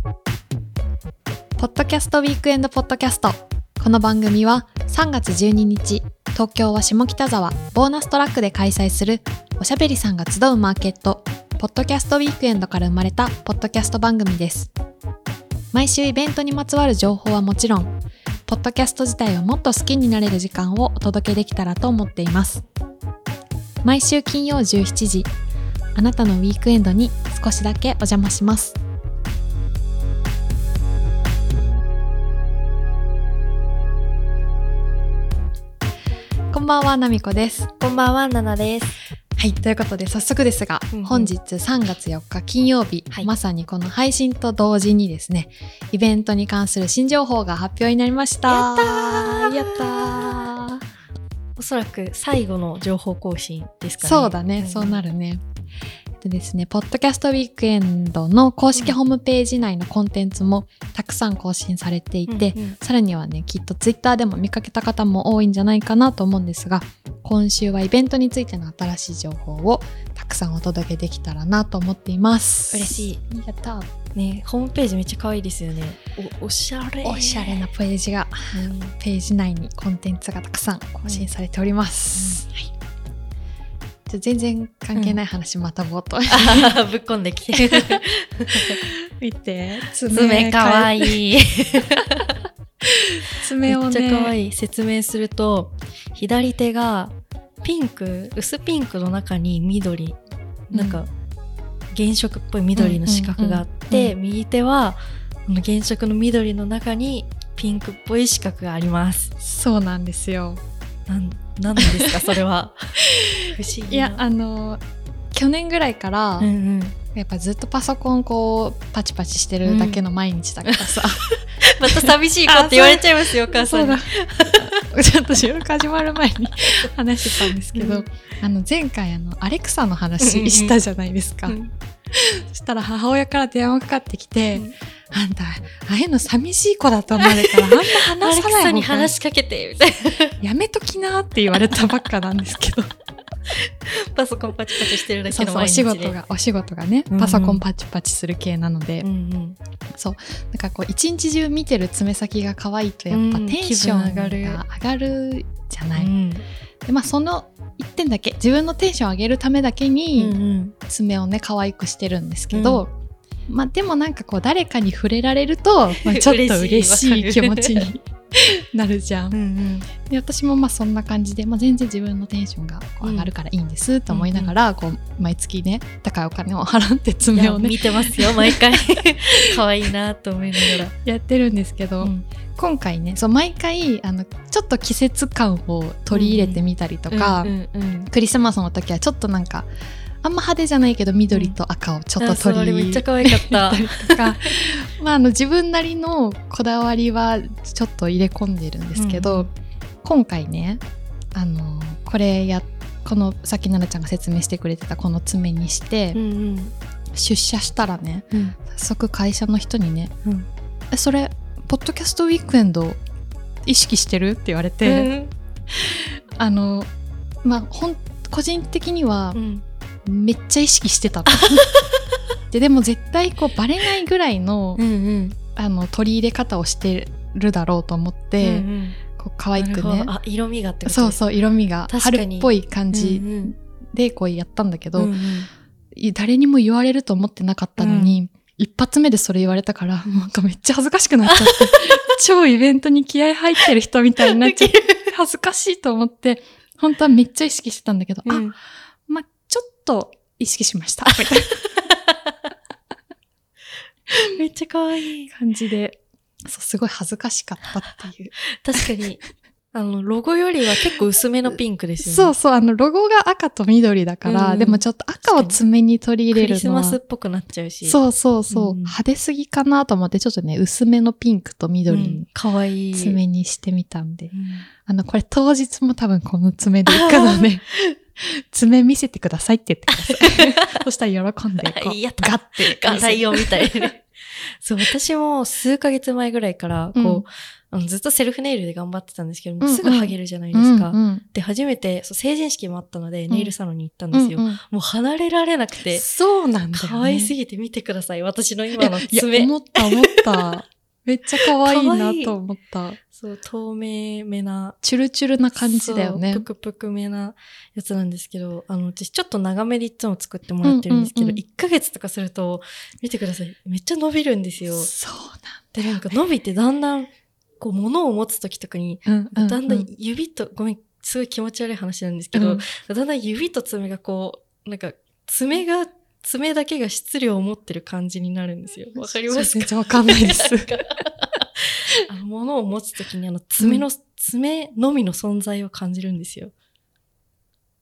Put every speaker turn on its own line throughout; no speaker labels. ポッドキャストウィークエンドポッドキャストこの番組は3月12日東京は下北沢ボーナストラックで開催するおしゃべりさんが集うマーケットポッドキャストウィークエンドから生まれたポッドキャスト番組です毎週イベントにまつわる情報はもちろんポッドキャスト自体をもっと好きになれる時間をお届けできたらと思っています毎週金曜17時あなたのウィークエンドに少しだけお邪魔しますこんばんはなみこです
こんばんは、ナナです。
はい、ということで早速ですが、
うんうん
本日3月4日金曜日、
はい
まさにこの配信と同時にですねイベントに関する新情報が発表になりました
やったー
やったー
おそらく最後の情報更新ですか ね。
そうだね、
ん
そうな。るねでですねポッドキャストウィークエンドの公式ホームページ内のコンテンツもたくさん更新されていて、
うんうん
さらにはねきっとツイッターでも見かけた方も多いんじゃないかなと思うんですが今週はイベントについての新しい情報をたくさんお届けできたらなと思っています
嬉し
やった
い。ね、ホームページめっちゃ可愛いですよね。おおしゃれ。
おしゃれなページが
うん。
ページ内にコンテンツがたくさん更新されております、はいじゃあ全然関係ない話また冒頭、
あーぶっこんできてる。
見て
爪可愛い。
爪をね
めっちゃ可愛い説明すると左手がピンク薄ピンクの中に緑
うん
なんか原色っぽい緑の四角があって、
う
右手はこの原色の緑の中にピンクっぽい四角があります
そうなんですよ
なんなんで すかそれは不思
い
議な
やあの去年ぐらいから、
うんうん、
やっぱずっとパソコンこうパチパチしてるだけの毎日だからさ、
また寂しい子って言われちゃいますよお母さんに
そうだちょっと収録始まる前に話してたんですけど、
うん
あの前回あのアレクサの
うんうんう
話
ん
したじゃないですか、
うん
そしたら母親から電話かかってきて「
うん
あんたああいうの寂しい子だと思われたらあんま
アレ
話さ
ク
ない
サ
方
に
がいい
話しかけてみたいな
やめときな」って言われたばっかなんです けど
パソコンパチパチしてるだ
そ
け
う
の
そうお
毎日で
仕事がお仕事がね
うんうん
パソコンパチパチする系なので、
うんうん
なんかこう一日中見てる爪先が可愛いとやっぱ
うん
テンションが
気分
上
上が
がるじゃない。
うん
でまあその一点だけ自分のテンション上げるためだけ
うんう
に
ん
爪をね可愛くしてるんですけど、まあでもなんかこう誰かに触れられる と、まあ、ちょっと嬉
嬉しい
しい気持ち
わ
に なるじゃ。
うんん
で私もまあそんな感じで、まあ、全然自分のテンションがこう上がるからいいんですと思いながら、こう毎月ね高いお金を払って
うん、い
爪
や
をね
見てますよ 毎回可愛いなと思いなが
やってるんですけど、
ら、うん
今回ねそう毎回あのちょっと季節感を取り入れてみたりとか、
うんうんうん
クリスマスの時はちょっとなんかあんま派手じゃないけど緑と赤をちょっ
あ
と
そう
取
あ
り
れめ
入
っち
れ
ゃ可愛かった
たりとかまああの自分なりのこだわりはちょっと入れ込んでるんですけど、
うん
今回ねあのこれやこのさっき奈々ちゃんが説明してくれてたこの爪にして、
ん
出社したらね
うん
早速会社の人にね
うん
「えそれポッドキャストウィークエンド意識してる?」って言われて、
で、
あのまあほん個人的には
うん
めっちゃ意識して たとででも絶対こうバレないぐらいの,、
うんうん、
あの取り入れ方をしてるだろうと思って、
うんうん
こう可愛く
なる
ね
ほどあ色味がってこと
そう
う
そう色味が
確か
春
に
っぽい感じ
んうん
でこうやったんだけど、
うんうん
誰にも言われると思ってなかったのに、一発目でそれ言われたからなんかめっちゃ恥ずかしくなっ ちゃって超イベントに気合入ってる人みたいになっちゃって恥ずかしいと思って本当はめっちゃ意識してたんだけど、
う
あ
ん
まあ、ちょっと意識しました。 みたい
めっちゃ可愛い
な感じで。そう、すごい恥ずかしかったっていう。
確かにあのロゴよりは結構薄めのピンクです
そ
よ
う
ね
そう、あの、ロゴが赤と緑だから、
うんうん
でもちょっと赤を爪に取り入
ク
れ
リ
る
ス
のは。
マスっぽくなっちゃうしう
そうそうそう、
うん
派手すぎかなと思って、ちょっとね、薄めのピンクと緑
ん
に
可愛い
爪にしてみたんで。
うん
あの、これ当日も多分この爪でいくので、爪見せてくだ さいって言ってください。そしたら喜んで、こう、
やった
ガッて。
ガライオンみたいな。 そう、私も数ヶ月前ぐらいから、こう、あのずっとセルフネイルで頑張ってたんですけども、
うんうん
すぐ剥げるじゃないですか。で、初めてそう、成人式もあったので、
ん
ネイルサロンに行ったんですよ。
うんうん
もう離れられなくて、
そうなんだよ、ね。
可愛す
ぎ
ぎて見てください、私の今の
いや、
爪。
思った思っ た。めっちゃ可愛いなと思った。
そう、透明めな。
チュルチュルな感じだよね
そう。ぷくぷくめなやつなんですけど、あの、私ちょっと長めでいつも作ってもらってるんですけ
うん
ど、
うんうん
一1ヶ月とかすると、見てください。めっちゃ伸びるんですよ。
そう
で、なんか伸びてだんだん、こう、物を持つときとかに、
なんだ。うう
だんだん指と、ごめん、すごい気持ち悪い話なんですけど、だんだん指と爪がこう、なんか、爪が、爪だけが質量を持ってる感じになるんですよ。わかります
め
か
っちゃわかんないです。
なんかあの物を持つときにあの爪の、爪のみの存在を感じるんですよ。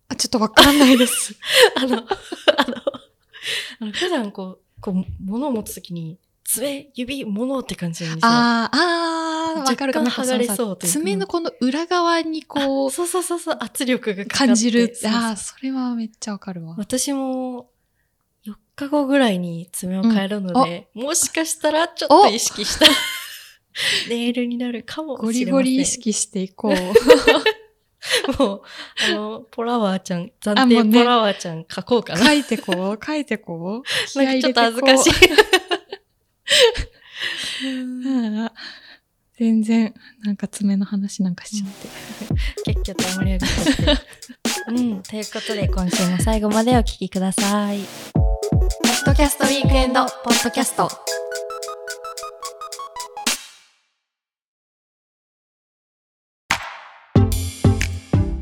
あ、ちょっとわかんない です。
あの、あの、あの普段こう、こう、物を持つときに、爪、指、物って感じなんですよ。
あー、あー、わかるかな。
若干剥がれそうというか
爪のこの裏側にこう、
そうそうそうそう、圧力がかかって
感じる。
そうそう
あー、それはめっちゃわかるわ。
私も、4日後ぐらいに爪を変えるので、もしかしたらちょっ
お
と意識した ネイルになるかも
ゴ
し
リ
れま
ゴ
せん。
リ意識していこう。
もう、あの、ポラワーちゃん、暫
あもう
定
ね
ポラワーちゃん書こうかな。
書いてこう、書いてこう。 気 合
なんか
い
ちょっと恥ず
入れ
か
てこう
しい。
うん全然、なんか爪の話なんかしちゃって。
キャッキャと盛り上がって。うん、ということで今週も最後までお聞きください。
ポッドキャストウィークエンド、ポッドキャスト。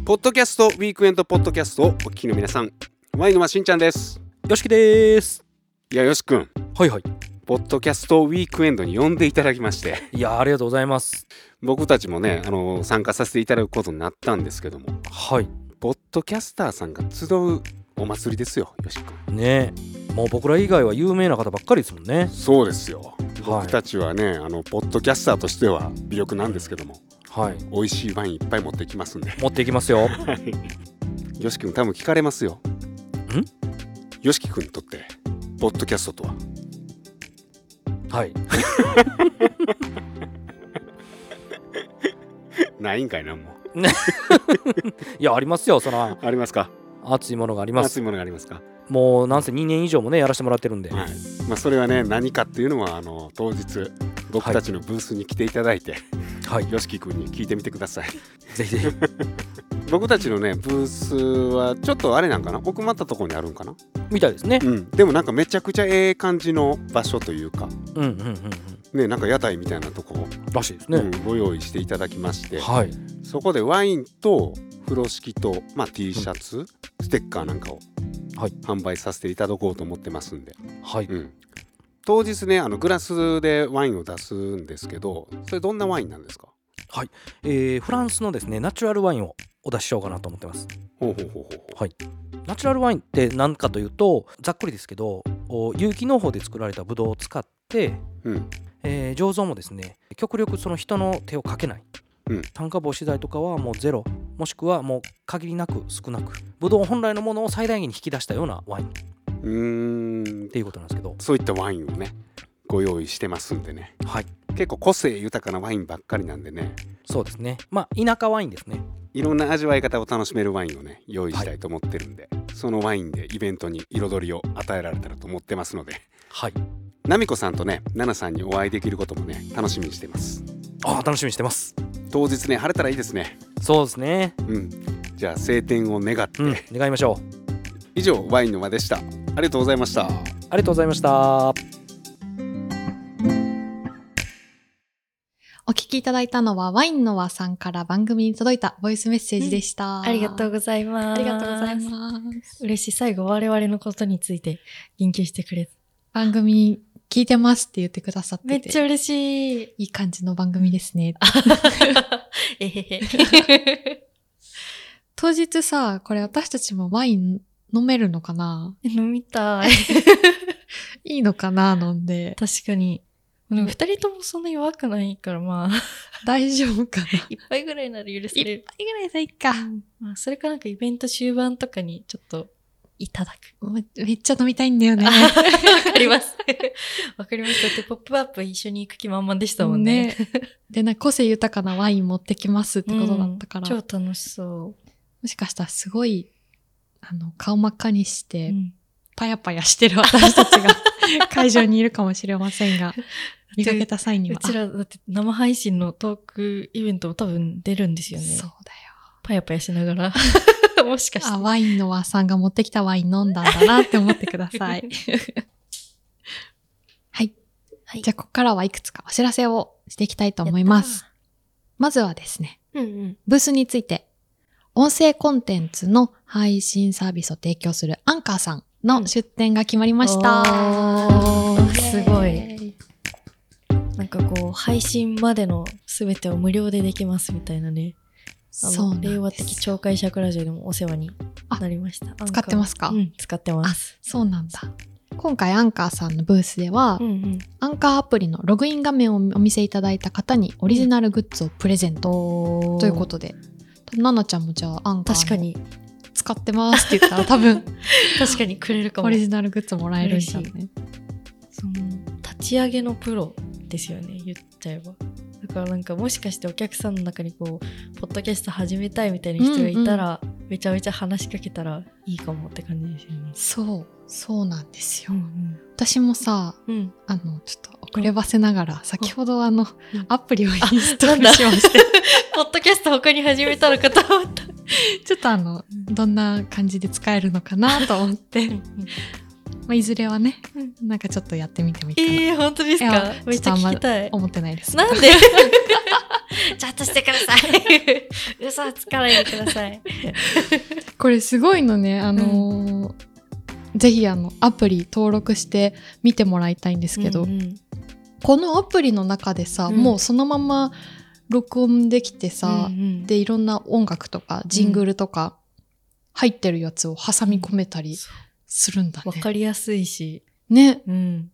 ポッドキャストウィークエンドポッドキャストをお聞きの皆さん、ワイのはしんちゃんです。
よしきです。
いやよしくん、
はいはい。
ポッドキャストウィークエンドに呼んでいただきまして、
いやーありがとうございます。
僕たちもね、あの参加させていただくことになったんですけども、
はい。
ポッドキャスターさんが集うお祭りですよ、よしくん。
ねえもう僕ら以外は有名な方ばっかりですもんね。
そうですよ。
はい
僕たちはね、あのポッドキャスターとしては微力なんですけども、
はい。
美味しいワインいっぱい持ってきますんで、
持っていき ますよ。
よしくん多分聞かれますよ。よしきくんにとって、ポッドキャストとは
はい。
ないんかいなも
いやありますよ。その
う。ありますか。
熱いものがありま
熱
す
い。ものがありますか。
もうなんせ2年以上もねやらせてもらってるんで。
はいまあ、それはね何かっていうのはあの当日僕たちのブースに来ていただいて、
はい。
よしき君に聞いてみてください
ぜひぜひ。
僕たちのねブースはちょっとあれなんかな奥まったところにあるんかな、
みたいです ね。
うん、でもなんかめちゃくちゃええ感じの場所というか
うんうんうんうん。
ねなんか屋台みたいなとこを、
らしいです
う
ね
ん。ご用意していただきまして
はい。
そこでワインと風呂敷と、まあ、T シャツ、ステッカーなんかを
はい
販売させていただこうと思ってますんで
はい。
うん、当日ねあのグラスでワインを出すんですけどそれどんなワインなんですか
えーフランスのですねナチュラルワインをお出ししようかなと思ってます。
ほうほうほうほ
ナチュラルワインって何かというとざっくりですけどお有機農法で作られたブドウを使って
う、うん、
えー醸造もですね極力その人の手をかけない、
うん
単価防止剤とかはもうゼロもしくはもう限りなく少なくブドウ本来のものを最大限に引き出したようなワインっ
うーん
ていうことなんですけど
そういったワインをねご用意してますんでね
はい
結構個性豊かなワインばっかりなんでね
そうですねまあ田舎ワインですね
いろんな味わい方を楽しめるワインをね用意したいと思ってるんで、そのワインでイベントに彩りを与えられたらと思ってますので
はい
ナミコさんとねナナさんにお会いできることもね楽しみにしてます
ああ楽しみにしてます
当日ね晴れたらいいですね
そうですね
うんじゃあ晴天を願って、
うん願いましょう
以上ワインの間でしたありがとうございました
ありがとうございました
お聞きいただいたのは、ワインの和さんから番組に届いたボイスメッセージでした。
ありがとう
う
ございます。
ありがとうございます。
嬉しい。最後、我々のことについて言及してくれて。
番組聞いてますって言ってくださってて。
めっちゃ嬉しい。
いい感じの番組ですね。
えへへ。
当日さ、これ私たちもワイン飲めるのかな
飲みたい。
いいのかな飲んで。
確かに。でも二人ともそんな弱くないから、まあ、
大丈夫かな
一杯ぐらいなら許せ
一
る。
杯ぐらいでいいか。
まあ、それかなんかイベント終盤とかにちょっといただく。
めめっちゃ飲みたいんだよね
あ。わかります。 わかります。だって、ポップアップ一緒に行く気満々でしたもんね。
ねで、なんか個性豊かなワイン持ってきますってことだったから、
うん超楽しそ
もしかしたらすごい、あの、顔真っ赤にし
う。
て、
うん
パヤパヤしてる私たち が会場にいるかもしれませんが、見かけた際に
う
は。
ちら、だって生配信のトークイベントも多分出るんです
あ
よね。
そうだ
パヤパヤしなが ら。もしかし
よ。あ、
て。
ワインの和さんが持ってきたワイン飲んだんだなって思ってくださ い。はい。
はい
じゃあ、ここからはいくつかお知らせをしていきたいと思います。まずはですね、
やったー。うんうん。
ブースについて、音声コンテンツの配信サービスを提供するアンカーさんの出展が決まりました。
おーすごい
イエーイ。
なんかこう、配信までの全てを無料でできますみたいなね。あの
そうなんです。
令和的懲戒者クラジオでもお世話になりました。
使ってますすか、
うん、使ってます。
そうなんだ。今回アンカーさんのブースでは、
うんうん。
アンカーアプリのログイン画面をお見せいただいた方にオリジナルグッズをプレゼント
お。
ということとで、多分ナナちゃんもじゃあアンカー
確かに、
使ってますって言ったら多 分
確かにくれるかも。
オリジナルグッズもらえるんじゃない
その立ち上げのプロですよね言っちゃえばだからなんかもしかしてお客さんの中にこうポッドキャスト始めたいみたいな人がいたら、めちゃめちゃ話しかけたらいいかもって感じですよね
そう、そうなんですよ。
ん
私もさ、
うんうん
あの、ちょっと遅ればせながら、先ほどあの
うん、
アプリをインスト
な
ー
ん
ル
だ
しま して、
ポッドキャスト他に始めたのかと思った、
ちょっとあの、どんな感じで使えるのかなと思って、まあ、いずれはね、なんかちょっとやってみてもいいかな
えー、本当です
い
か
や
めっちゃ聞きたい、
思ってないです。
なんでちゃんとしてくださ い嘘はつかないでください
これすごいのね、あのーぜひあのアプリ登録して見てもらいたいんですけど、
うんうん
このアプリの中でさ、
うん
もうそのまま録音できてさ、
うんうん
でいろんな音楽とかジングルとか入ってるやつを挟み込めたり
そ
するんだ
うわ
ね。
かりやすいし、
ね、
うん、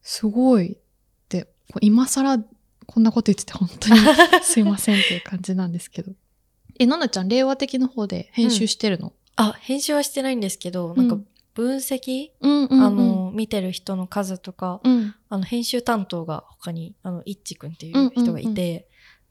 すごいってこう今更こんなこと言ってて本 当にすいませんっていう感じなんですけど。え、ななちゃん、令和的の方で編集してるの、
あ、編集はしてないんですけど、なんか分析、
うん、うんうん、
あの、見てる人の数とか、
うん、
あの、編集担当が他に、あの、いっちくんっていう人がいて、
うんうんうん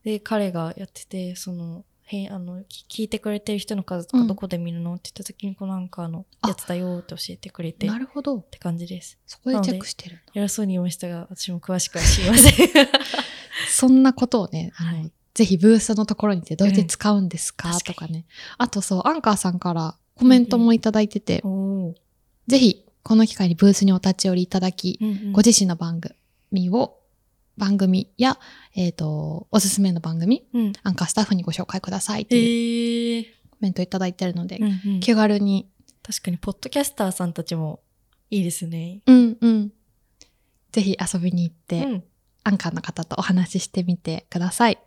で、彼がやってて、その、へんあの、き聞いてくれてる人の数と
う
か
ん
どこで見るのって言った時に、このアンカーの
あ
やつだよって教えてくれて、っ
なるほど。
て感じです。
そこでチェックしてるんだ
偉そうに言いましたが、私も詳しくは知りません。
そんなことをね、あの
はい
ぜひブースのところにてどうやって使うんですか、
うん
とかね。あとそう、アンカーさんからコメントもいただいてて、
おー
ぜひこの機会にブースにお立ち寄りいただき、
うんうん
ご自身の番組を、番組や、えっ、と、おすすめの番組、
うん。
アンカースタッフにご紹介くださいっ
え
ていう
ー、
コメントいただいてるので、
うんうん
気軽に、
確かに、ポッドキャスターさんたちもいいですね。
うんうん。ぜひ遊びに行って、
うん
アンカーの方とお話ししてみてください。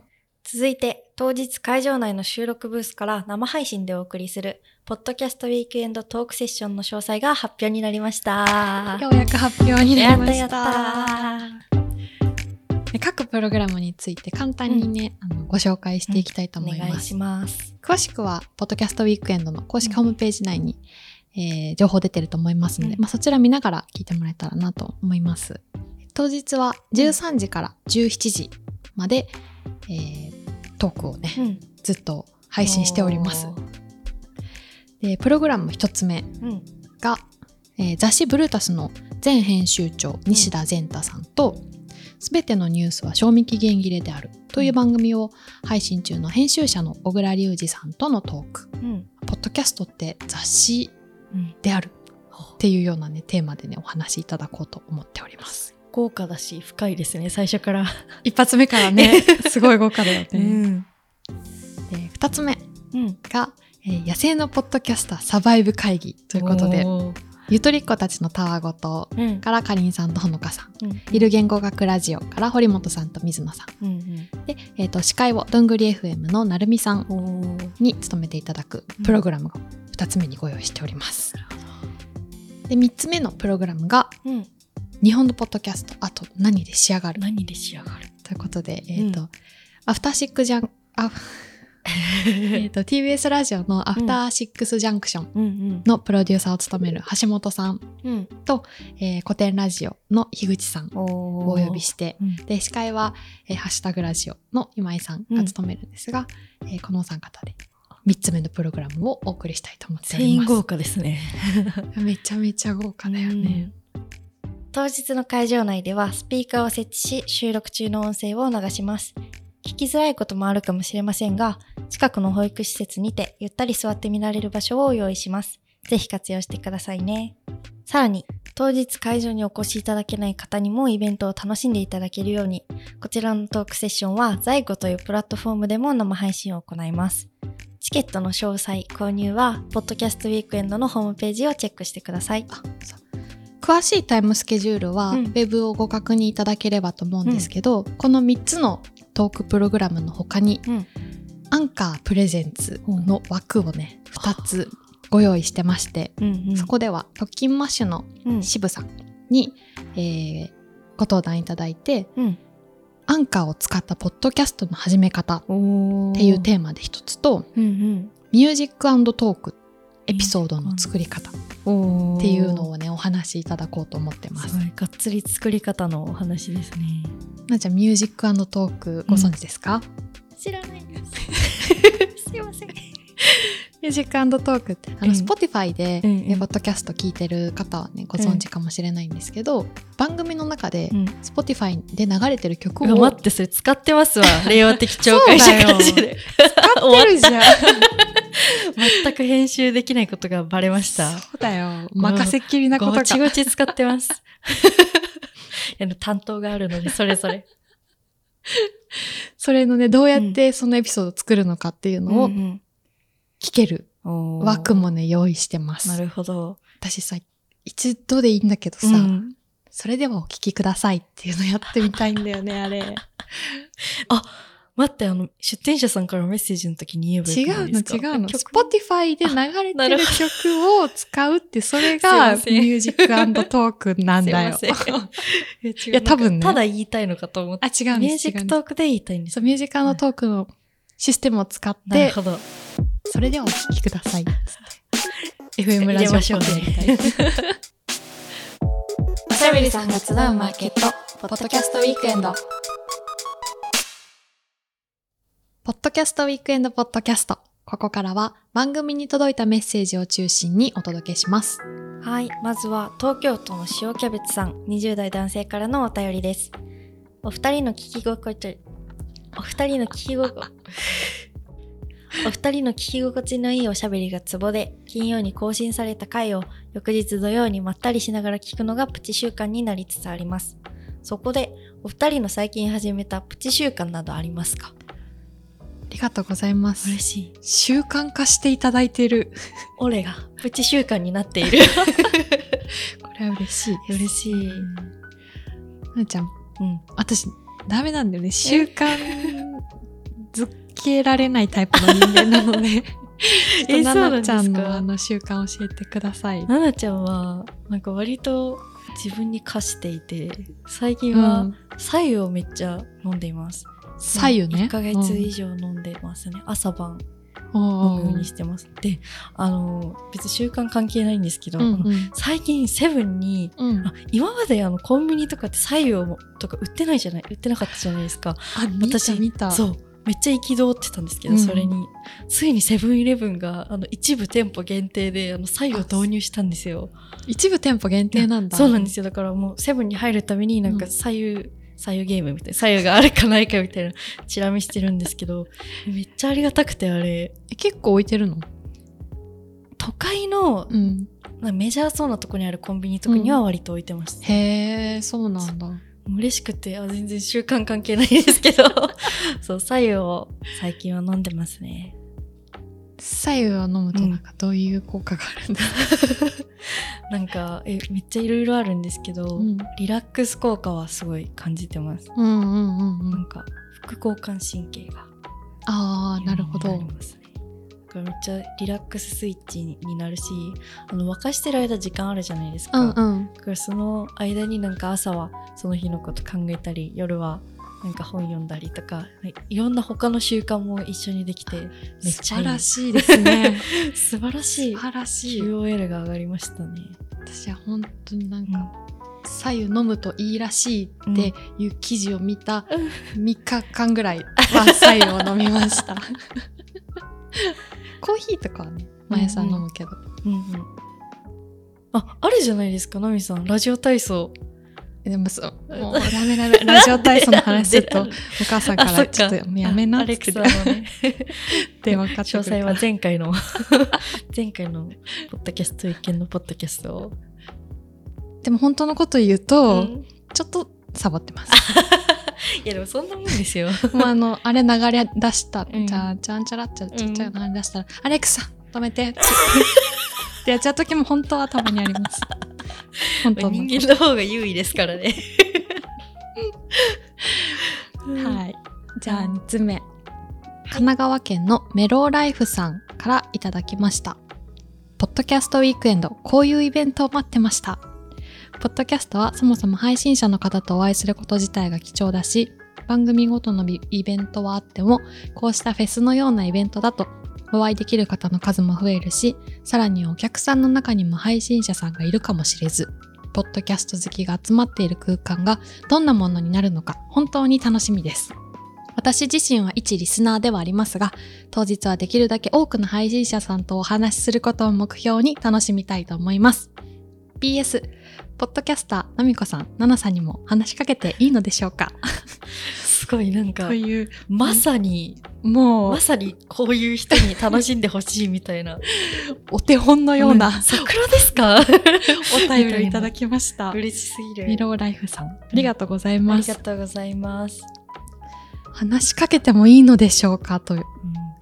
続いて、当日会場内の収録ブースから生配信でお送りする、ポッドキャストウィークエンドトークセッションの詳細が発表になりました。
ようやく発表になりました。
やったや
で各プログラムについて簡単にね、あのご紹介していきたいと
お
思い
願
ま
い
す。
します。
詳しくは、ポッドキャストウィークエンドの公式ホームページ内に、えー情報出てると思いますので、
うん
まあ、そちら見ながら聞いてもらえたらなと思います。当日は13時から17時まで、えートークをね、
うん。
ずっと配信しております。でプログラム一つ目
うん。
が、えー雑誌「ブルータス」の前編集長西田善太さんと「すべてのニュースは賞味期限切れである」という番組を配信中の編集者の小倉隆二さんとのトーク
うん。
「ポッドキャストって雑誌
うん。
である」っていうようなねテーマでねお話しいただこうと思っております。
豪華だし、深いですね、最初から。
一発目から ねすごい豪華だよね。
ん。
で二つ目
うん。
が、えー野生のポッドキャスターサバイブ会議と
と
いうことで
うん。
ゆとりっ子たちのたわごとからかりんさんとほのかさん
うん
いる言語学ラジオから堀本さんと水野さん。
うん。
で、えっ、と、司会をどんぐり FM のなるみさん
おー
に務めていただくプログラムを2つ目にご用意しております。で、3つ目のプログラムが、
うん。
日本のポッドキャスト、あと何で仕上がる
何で仕上がる
ということで、えっ、と、
う
アフターシックジャン、あ、 えっと TBS ラジオの「アフターシックスジャンクション
うんうん」
のプロデューサーを務める橋本さん、
うん
えー、古典ラジオの樋口さんを
お
お呼びして、
うん
で司会は、えーハッシュタグラジオ」の今井さんが務めるんですが、えーこのお三方で3つ目のプログラムをお送りしたいと思ってお
全
り
員
ます。
豪華ですね。
めちゃめちゃ豪華だよね。
当日の会場内ではスピーカーを設置し収録中の音声を流します聞きづらいこともあるかもしれませんが近くの保育施設にてゆったり座って見られる場所を用意しますぜひ活用してくださいねさらに当日会場にお越しいただけない方にもイベントを楽しんでいただけるようにこちらのトークセッションは在庫というプラットフォームでも生配信を行いますチケットの詳細購入はポッドキャストウィークエンドのホームページをチェックしてください
あそう詳しいタイムスケジュールは、
うん
ウェブをご確認いただければと思うんですけど、この3つのトークプログラムの他に、
うん
アンカープレゼンツの枠をね、2つご用意してまして、
うんうん
そこでは特勤マッシュの
うん
渋さんに、えーご登壇いただいて、
うん
アンカーを使ったポッドキャストの始め方っ
おー
ていうテーマで一つと、
うん
ミュージックトークエピソードの作り方
おー
っていうのをねお話しいただこうと思ってますす。
ごいがっつり作り方のお話ですね。
なっちゃんミュージックトークご存知ですか、
知ら ないですすいません
ミュージックトークってあ
う
の
ん
Spotify で、
うんうん
えポッドキャスト聞いてる方はねご存知かもしれないんですけど、番組の中で
うん
Spotify で流れてる曲を
うわ待ってそれ使ってますわ令和的聴解者形 で
使ってるじゃん。
全く編集できないことがバレました
そうだよ任せっきりなこと
ご
が
ちごち使ってますあの担当があるのでそれぞれ
それのねどうやってそのエピソードを作るのかっていうのを
ん
聞ける
おー
枠もね用意してます。
なるほど
私さ一度でいいんだけどさ、
うん
それではお聞きくださいっていうのやってみたいんだよねあれ違う
待ってあの出店者さんからメッセージの時に言えばいいん
の
ですか
違うの
曲
Spotify で流れて
な
る
るほ
曲を使うってそれがミ
すいません
ュージックトークなんだよ
すいませんい
いや多分ね
ただ言いたいのかと思 っ
あ
て
違うん
ミュ
で
ー
す
ジ
違う
ッ
ん
ク
で
トークで言いたいんですす
そうミュージックトークのシステムを使っ
なる
て
ほど
それではお聞きくださいっつって FM ラジオっぽくやりた い
おしゃべりさんが集うマーケットポッドキャストウィークエンド
ポッドキャストウィークエンドポッドキャスト。ここからは番組に届いたメッセージを中心にお届けします。
はいまずは東京都の塩キャベツさん20代男性からのお便りですお二人の聞き心地お二人の聞き心 お二人の聞き心地のいいおしゃべりがツボで金曜に更新された回を翌日土曜にまったりしながら聞くのがプチ習慣になりつつありますそこでお二人の最近始めたプチ習慣などありますか
ありがとうございます。
嬉しい
習慣化していただいている。
俺がプチ習慣になっている
これは嬉しいです。
嬉しい、うん
ななちゃん、私、ダメなんだよね。習慣づけられないタイプの人間なので。ちょっと
え
な
そうなん
な
で
ち
す
ゃ
か
んのあの習慣教えてください。
ななちゃんはなんか割と自分に課していて最近
う
は
ん、
白湯をめっちゃ飲んでいます
左右ね。
1ヶ月以上飲んでますね、朝晩飲むように
上
してますであの別に習慣関係ないんですけど、あの
に。
最近セブンに
うん
あ今まであのコンビニとかって左右とか売ってないじゃない売ってなかったじゃないですか
あ、見た
私
見た。
そうめっちゃ憤ってたんですけど、
うん
それについにセブンイレブンがあの一部店舗限定であの左右を導入したんですよ
一部店舗限定なんだ。
そうなんですよだからもうセブンに入るためになんか左右、左右ゲームみたいな左右があるかないかみたいなチラ見してるんです けどめっちゃありがたくてあれ
え結構置いてるの
都会の
うん。
なんかメジャーそうなとこにあるコンビニとかには割と置いてます、
へえ、そうなんだ。
嬉しくてあ全然習慣関係ないです けどそう左右を最近は飲んでますね
左右を飲むとなんかどういう効果があるんだ、
なんかえめっちゃいろいろあるんですけど、
うん、
リラックス効果はすごい感じてます、
うんうんうんう
なんんか副交感神経が
ああなるほ
あ
ど
りますねだからめっちゃリラックススイッチになるしあの沸かしてる間時間あるじゃないですか、
うんうん
だからその間になんか朝はその日のこと考えたり夜はなんか本読んだりとかいろんな他の習慣も一緒にできてめっ
素
ちゃい
晴
い
らしいです ね。
素晴らしい
素晴らしい。
QOL が上がりましたね。
私は本当になんか、白湯飲むといいらしいっていう記事を見た3日間ぐらいは白湯を飲みま した。コーヒーとかはね、毎朝飲むけど。
うんうんああるじゃないですかナミさんラジオ体操
でもそう、もうダメダメ。ラジオ体操の話すると、
な
お
んで
母さんか
あそっ
ら
か
ちょっとやめな
あア
っ
レ
て
クサ
言
のね
って分かって
詳
くる
細
から
は前回の 前回のポッドキャスト一見のポッドキャストを、
でも本当のこと言うと、
うん
ちょっとサボってます。
いやでもそんなもんで すよ
もうあの、あれ流れ出した、
うん
じゃあ、ちゃんちゃらっちゃ、ちゃんちゃら
うん
流れ出したら、アレクサ、止めてって。でやっちゃう時も本当はたまにあります。本当の。
人間の方が優位ですからね
はい。じゃあ2つ目。神奈川県のメローライフさんからいただきました。ポッドキャストウィークエンド、こういうイベントを待ってました。ポッドキャストはそもそも配信者の方とお会いすること自体が貴重だし、番組ごとのビイベントはあっても、こうしたフェスのようなイベントだと、お会いできる方の数も増えるし、さらにお客さんの中にも配信者さんがいるかもしれず、ポッドキャスト好きが集まっている空間がどんなものになるのか本当に楽しみです。私自身は一リスナーではありますが、当日はできるだけ多くの配信者さんとお話しすることを目標に楽しみたいと思います。PS、ポッドキャスター、なみこさん、ななさんにも話しかけていいのでしょうか
すごいなんか
という、
まさに
もう
ま、さにこういう人に楽しんでほしいみたいな
お手本のような、
ん桜です か
お便 りをいただきました。
嬉しすぎる
ミローライフさん、ありがとうござい
あ
ま
り
す
が。とうございます、
話しかけてもいいのでしょうかと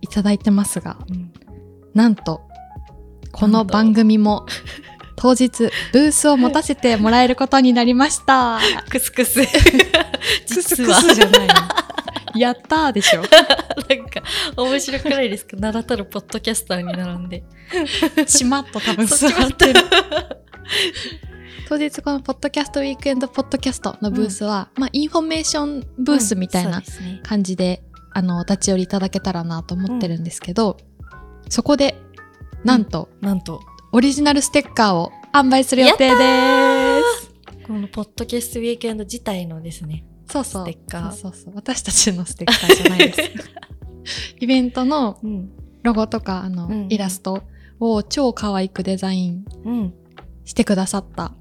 いただいてますが、
うん
なんと、こ
な
の
んと
番組も、当日、ブースを持たせてもらえることになりました。
クス クス 実
ク
は
スクスじゃないの。やったーでし ょ。
なんか面白くないですか名だたるポッドキャスターに並んで
しまっと多分座
そっちも
ってる。当日このポッドキャストウィークエンドポッドキャストのブースは、まあインフォメーションブースみたいな
うんそうですね
感じで、あの、お立ち寄りいただけたらなと思ってるんですけど、そこで、なんと、
なんと
オリジナルステッカーを販売する予定でーす。
このポッドキャストウィークエンド自体のですね
そうそう。
ステッカー
そうそうそう。私たちのステッカーじゃないです。 イベントの
うん
ロゴとか、あの、
うん
イラストを超可愛くデザイン
うん
してくださった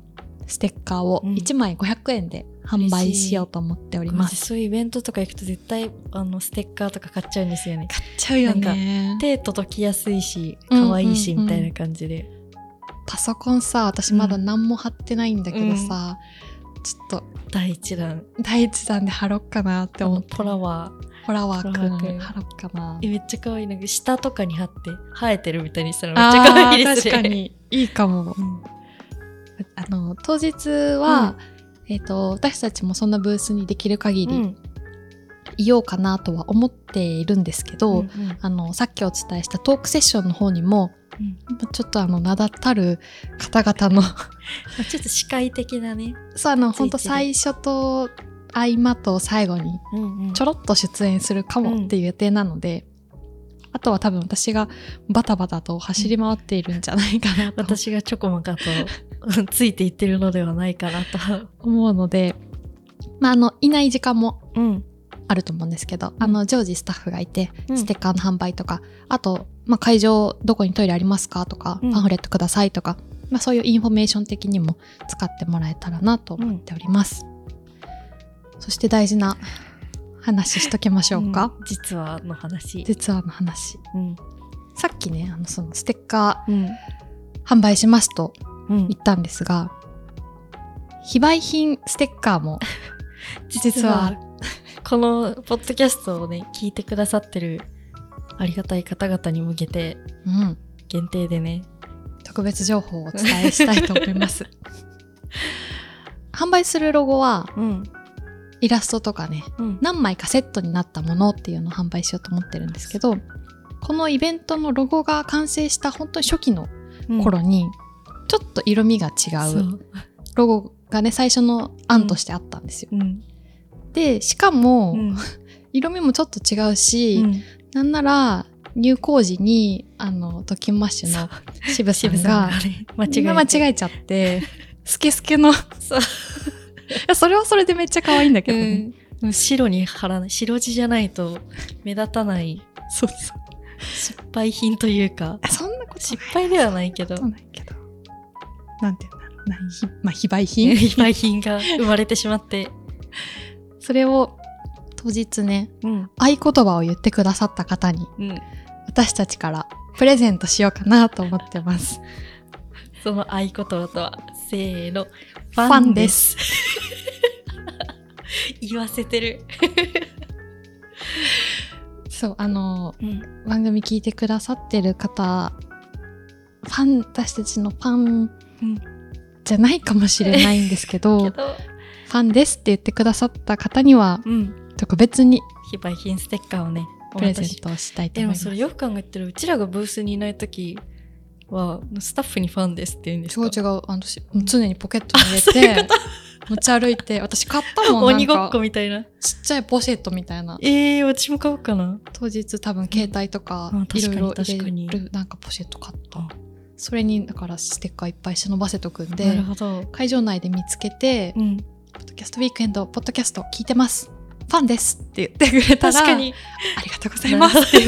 ステッカーを
うん
1枚500円で販売しようと思っております。
そういうイベントとか行くと絶対あのステッカーとか買っちゃうんですよね
買っちゃうよね。
手届きやすいし
うん
可愛いし
うんうん
みたいな感じで、
パソコンさ、私まだ何も貼ってないんだけどさ、ちょっと
第一弾
第一弾で貼ろっかなって
あ
思
の
って。
トラは
ホラワー
ホラ
く
ワーく
ん
ん
貼ろっかな。
えめっちゃ可愛いなんか下とかに貼って生えてるみたいにしたらめっちゃ可愛いです
あー
ね
確かに。いいかも。あの当日は、えっと私たちもそんなブースにできる限
うんう
り
ん
いようかなとは思っているんですけど、
うんうん
あのさっきお伝えしたトークセッションの方にも、
うん
ちょっとあの名だたる方々の
まあちょっと視界的なね、
そうあの
ついて
本
る
当最初と合間と最後にちょろっと出演するかもっていう予定なので。あとは多分私がバタバタと走り回っているんじゃないかなと
私がチョコマカとついていってるの ではないかなと。
思うので、まあ、あのいない時間も
うん、
あると思うんですけど、あの常時スタッフがいて、
うん
ステッカーの販売とかあと、まあ、会場どこにトイレありますかとか、
うん
パンフレットくださいとか、まあ、そういうインフォメーション的にも使ってもらえたらなと思っております、そして大事な話しときましょうか、
うん実はの話。
実はの話
うん、
さっきねあのそのステッカ
うん、
ー販売しますと
うん
言ったんですが非売品ステッカー も実は。
このポッドキャストをね、聞いてくださってるありがたい方々に向けて
うん、
限定でね。
特別情報をお伝えしたいと思い ます。販売するロゴは
うん、
イラストとかね
うん、
何枚かセットになったものっていうのを販売しようと思ってるんですけどこのイベントのロゴが完成した本当に初期の頃に、ちょっと色味が違
そうう。
ロゴがね最初の案としてあったんですよ。
うん、
でしかも、
うん
色味もちょっと違うし、
うん
なんなら入校時にあのトキンマッシュ
そ
の
う
渋さ
渋
ん
さん
が
がね間違え
みんな間違えちゃってスケスケのそういやそれはそれでめっちゃ可愛いんだけどね、
うん白に貼らない白地じゃないと目立たない
そうそう
失敗品というか
あそんなことない
失敗ではないけど
そんなことないけどなんていうんだろうなひまあ非売品
失敗品が生まれてしまって、
それを当日ね
うん
合言葉を言ってくださった方に
うん、
私たちからプレゼントしようかなと思ってます。
その合言葉とはせーのフ
ァンです
言わせてる、
そうあの
うん、
番組聞いてくださってる方ファン私たちのファン
うん
じゃないかもしれないん ですけど
け
フ
ど、
ァンですって言ってくださった方には
うん、
特別に
非売品ステッカーをねお
プレ
渡し
ゼントをしたいと
で
思い
も
ます
それよく考えてるうちらがブースにいない時はスタッフにファンですって言うんです
違う
か
違うあのし常にポケットに入れて持ち歩いて私買ったもんなん
鬼ごっ
か
こみたいな
ちっちゃいポシェットみたいな
ええー、私も買おうかな
当日多分携帯とか
うんあ確
い
か
ろ
に
いろ入れ
確か
るなんかポシェット買った、
うん
それにだからステッカーいっぱい忍ばせとくん
なる
で
ほど
会場内で見つけて、
うん
ポッドキャストウィークエンド、ポッドキャスト聞いてます。ファンですって言ってくれたら、
確かに
ありがとうございますって言っ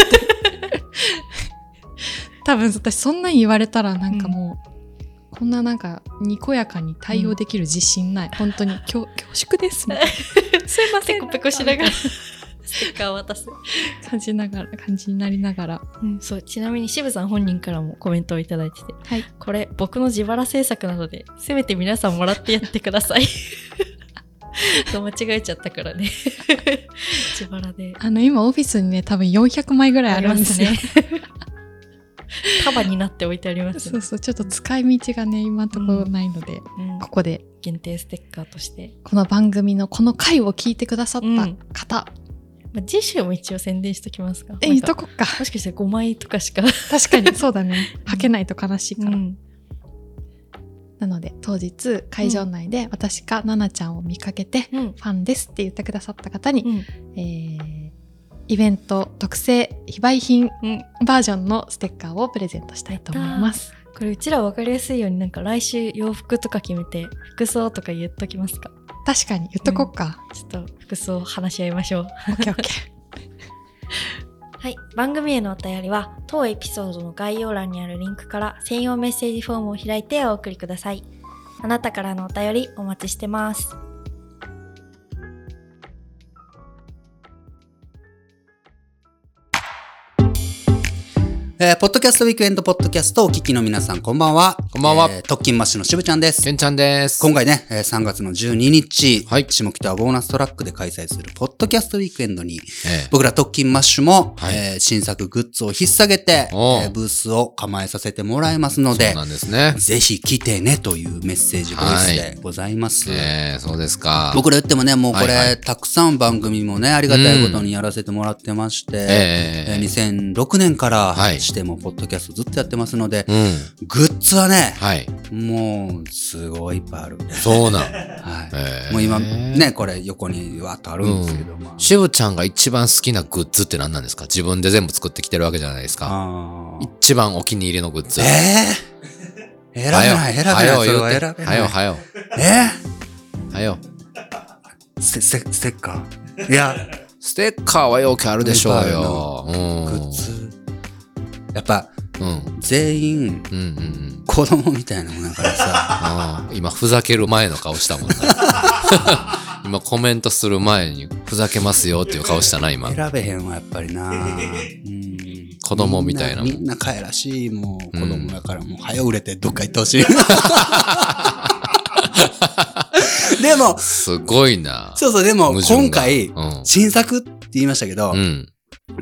て。多分私そんなん言われたらなんかもう、こんななんかにこやかに対応できる自信ない。本当に恐恐縮ですみたい
すいませんペコペコしな がらステッカーを渡す、
な感じながら、感じになりながら。
うん、そうちなみに渋さん本人からもコメントをいただいてて、
はい
これ僕の自腹制作なのでせめて皆さんもらってやってください と間違えちゃったからね 自腹で
あの今オフィスにね、多分400枚ぐらいあるんですよ。
ありますね束になって置いてあります
そ
ね
うそう、ちょっと使い道がね、今のところないので、
うん
ここで
限定ステッカーとして、
この番組のこの回を聞いてくださっ
うん
た方、
まあ、次週も一応宣伝しときますか
え、
なん
言っ
か
とこっか。
もしかして5枚とかしか、
確か にそうだねはけないと悲しいから、
ん、
なので当日会場内で私か奈々ちゃんを見かけて、
うん
ファンですって言ってくださった方に、
うん
えーイベント特製非売品
うん
バージョンのステッカーをプレゼントしたいと思います
これうちら分かりやすいようになんか来週洋服とか決めて服装とか言っときますか
確かに言っとこっか、
ちょっと服装話し合いましょう
オッケーオッケー
はい、番組へのお便りは当エピソードの概要欄にあるリンクから専用メッセージフォームを開いてお送りくださいあなたからのお便りお待ちしてます
えーポッドキャストウィークエンドポッドキャストをお聞きの皆さん、こんばんは。
こんばんは
えー特勤マッシュのしぶちゃんです
け。んちゃんです。
今回ね、えー3月の12日、
はい
下北はボーナストラックで開催するポッドキャストウィークエンドに、
ええ
僕ら特勤マッシュも、
はい
えー新作グッズを引っ提げて、え
おう
ーブースを構えさせてもらいますの
そう
で、
なんですね。
ぜひ来てねというメッセージボイスでございます。
ええそうですか。
僕ら言ってもね、もうこれ、
はいはい
たくさん番組もね、ありがたいことにやらせてもらってまして、
ええ
えー2006年から
はい
しても、ポッドキャストずっとやってますので、
うん。
グッズはね、
はい。
もう、すごいいっぱいある。
そうなん。
はい。
ええ
もう今、ね、これ横にわーっとあるんですけど、まあ。
しぶちゃんが一番好きなグッズって何なんですか自分で全部作ってきてるわけじゃないですか。
あー
一番お気に入りのグッズ。
ええ選べ
はよ
ない、選べない、そ
は
れ
よ
は
言う
選
て。
べ
は
ない。
よ、はよ。
え
はよ。
ーせ、せ、ステッカーいや、
ステッカーはよくあるでしょうよ。うん。
グッ。ズ。やっぱ、
うん。
全員、
うんうんうん。
子供みたいなもんだからさ。
あー今、ふざける前の顔したもんな。 今、コメントする前に、ふざけますよっていう顔したな、今。
選べへんはやっぱりな、うん
子供みたいなもん
みんなみんなかえらしいもう子供だからもう早売れてどっか行ってほ しい、でも
すごいな。
そうそうでも
矛盾
今
が
回
うん。
新作って言いましたけど、
う
も
ん。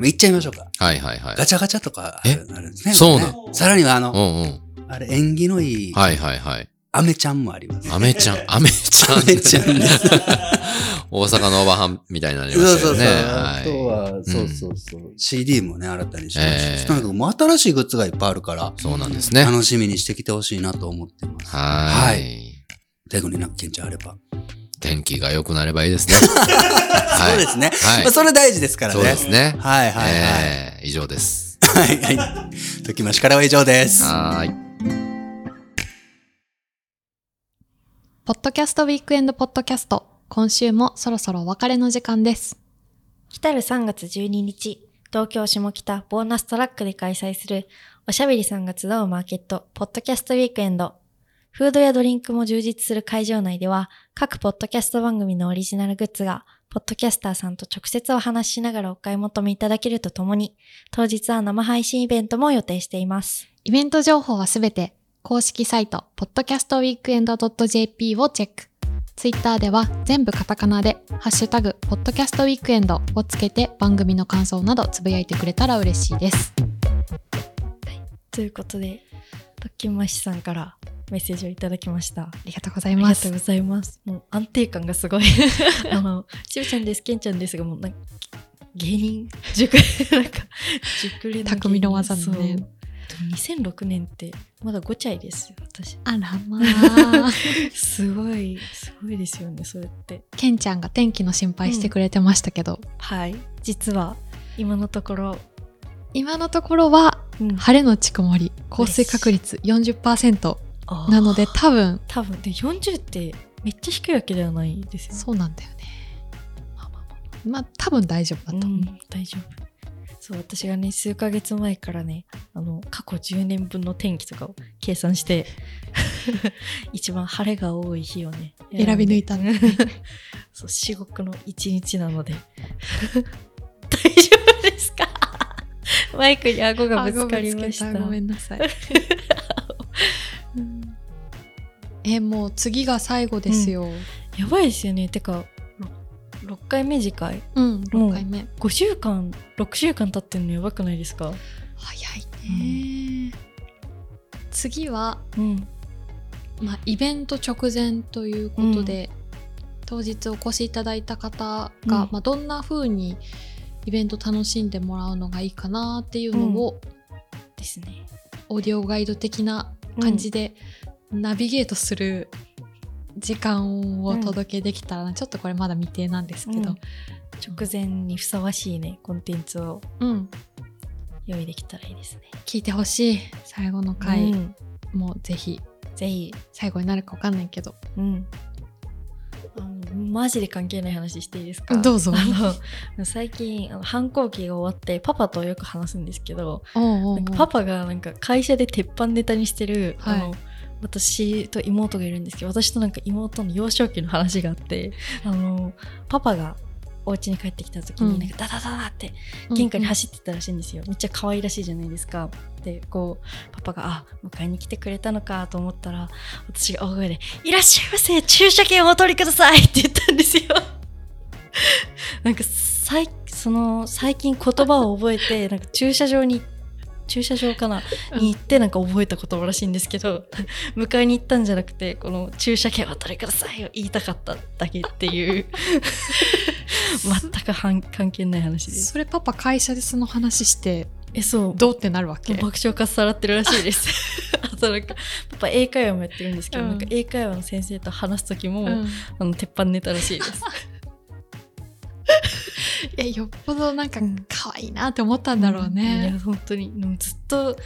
う行っちゃいましょうか
はいはいはい
ガ。チャガチャとかあるあるんですね
そう
ね
な
さらにはあ
う
の、
んうん。
あれ縁起のいい
はいはいはい。
アメちゃんもあります
アメ ちゃん、アメちゃん。
アメちゃんです
大阪のおばはんみたいになり
そう
ました
そうそ
よ
う、
ね。
あと
い。
はそうそうそう、CD もね新たにしましたし、
えー
とにかくもう新しいグッズがいっぱいあるから
そうなんですね。
楽しみにしてきてほしいなと思ってます。
はー。
はい最後になんかケンちゃんあれば。
天気が良くなればいいですね。は
そう
い
ですね。
はい
まあ、それ大事ですからね。
そうですね。
はいはいはい。
えー以上です。
はい はい。ときましからは以上です。
はーい。
ポッドキャストウィークエンドポッドキャスト、今週もそろそろお別れの時間です。
来たる3月12日、東京下北ボーナストラックで開催する、おしゃべりさんが集うマーケット、ポッドキャストウィークエンド。フードやドリンクも充実する会場内では、各ポッドキャスト番組のオリジナルグッズが、ポッドキャスターさんと直接お話ししながらお買い求めいただけるとともに、当日は生配信イベントも予定しています。
イベント情報はすべて公式サイト podcastweekend.jp をチェック。ツイッターでは全部カタカナでハッシュタグ podcastweekend をつけて番組の感想などつぶやいてくれたら嬉しいです。
ということで、ドッキンマッシュさんからメッセージをいただきました。
ありがとうござい
あり
ま
がと
す
う。ございます。もう安定感がす ごい。あの、ちぶちゃんです、けんちゃんですが、もうなんか、芸人、熟、なんか、熟練芸人
匠の技のね
そうでも2006年って、まだ5歳ですよ、私。
あらまあ。
すごい、すごいですよね、それって。
ケンちゃんが天気の心配してくれてましたけど、
はい。実は、今のところ、
今のところは
うん
晴れのち曇り、降水確率40%なので多分
多分、で、40って、めっちゃ低いわけではないですよね。
そうなんだよね。まあまあまあまあ多分大丈夫だと思う。
うん、大丈夫そう私がね数ヶ月前からねあの過去10年分の天気とかを計算して 一番晴れが多い日をね
選び抜いた
んでそう至極の一日なので大丈夫ですかマイクに顎がぶつかりました
あごめんなさい。 うんえ、もう次が最後ですよ。
やばいですよねてかろ6回目次回
うん、
も
六
う
回目。
5週間6週間経ってるのやばくないですか
早いね。次は、
うん
まあ、イベント直前ということで、当日お越しいただいた方が、
うん
まあ、どんな風にイベント楽しんでもらうのがいいかなっていうのを、
ですね
オーディオガイド的な感じでナビゲートする時間をお届けできたらな、ちょっとこれまだ未定なんですけど、
直前にふさわしいねコンテンツを
うん、
用意できたらいいですね。
聞いてほしい最後の
はい、
回もぜひ、
ぜひ、
最後になるかわかんないけど
うん。あのマジで関係ない話していいですか
どうぞ
あの最近あの反抗期が終わってパパとよく話すんですけど
おうおうおう
なんかパパがなんか会社で鉄板ネタにしてる、
はい
あの私と妹がいるんですけど私となんか妹の幼少期の話があってあのパパがお家に帰ってきた時
うん
になんかダダダダって玄関に走ってったらしいんですよ、めっちゃ可愛らしいじゃないですかでこうパパが「あ迎えに来てくれたのか」と思ったら私が大声で「いらっしゃいませ駐車券をお取りください」って言ったんですよ なんかさいその最近言葉を覚えて なんか駐車場に駐車場かなに行ってなんか覚えた言葉らしいんですけど 迎えに行ったんじゃなくてこの駐車券をお取りくださいを言いたかっただけっていう全くはん関係ない話です
それパパ会社でその話して
えそう
どうってなるわけ
爆笑かっさらってるらしいです あとなんかパパ英会話もやってるんですけど、
うん
なんか英会話の先生と話す時も、
うんい
あの鉄板ネタらしいです
やよっぽどなんか
うん
可愛い なって思ったんだろう
い
ね
や、本当にでもずっと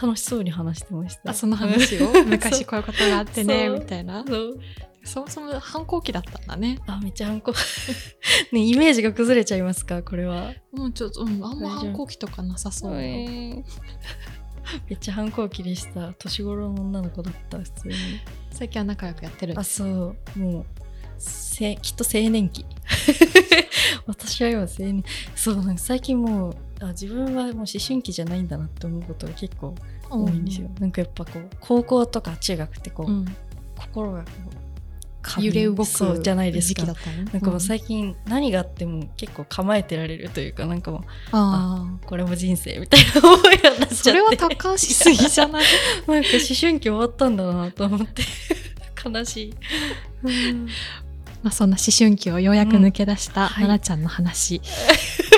楽しそうに話してました
あその話を 昔こういうことがあってね
そう
みたいな
そう
そもそも反抗期だったんだね
あめっちゃ反抗 ねイメージが崩れちゃいますかこれは
もうちょっと、うん、あんま反抗期とかなさそうな
めっちゃ反抗期でした年頃の女の子だった普通に
最近は仲良くやってる
あそうもうせきっと青年期 私は今青年そうなんか最近もうあ自分はもう思春期じゃないんだなって思うことが結構
多
多いんですよ、なんかやっぱこう高校とか中学ってこ
う
う、
ん、
心がこう
揺れ動
そ
く
うじゃないです
時
か
期だったのね
なんかもう
さ
最近何があっても結構構えてられるというかなんかも
ああ
うこれも人生みたいな思い になっちゃって
それは達観しすぎじゃない
なんか思春期終わったんだなと思って 悲しい、
まあそんな思春期をようやく抜け出した
んはい
奈々ちゃんの話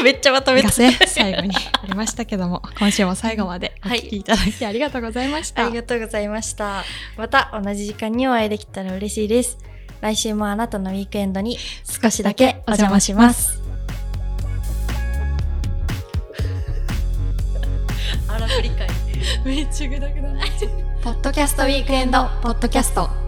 めっちゃまとめた
がね最後にありましたけ ども今週も最後までお
はい
聞きいただきありがとうございました、
ありがとうございました。また同じ時間にお会いできたら嬉しいです。来週もあなたのウィークエンドに少しだけお邪魔します。
めっちゃグダグダ。
ポッドキャストウィークエンドポッドキャスト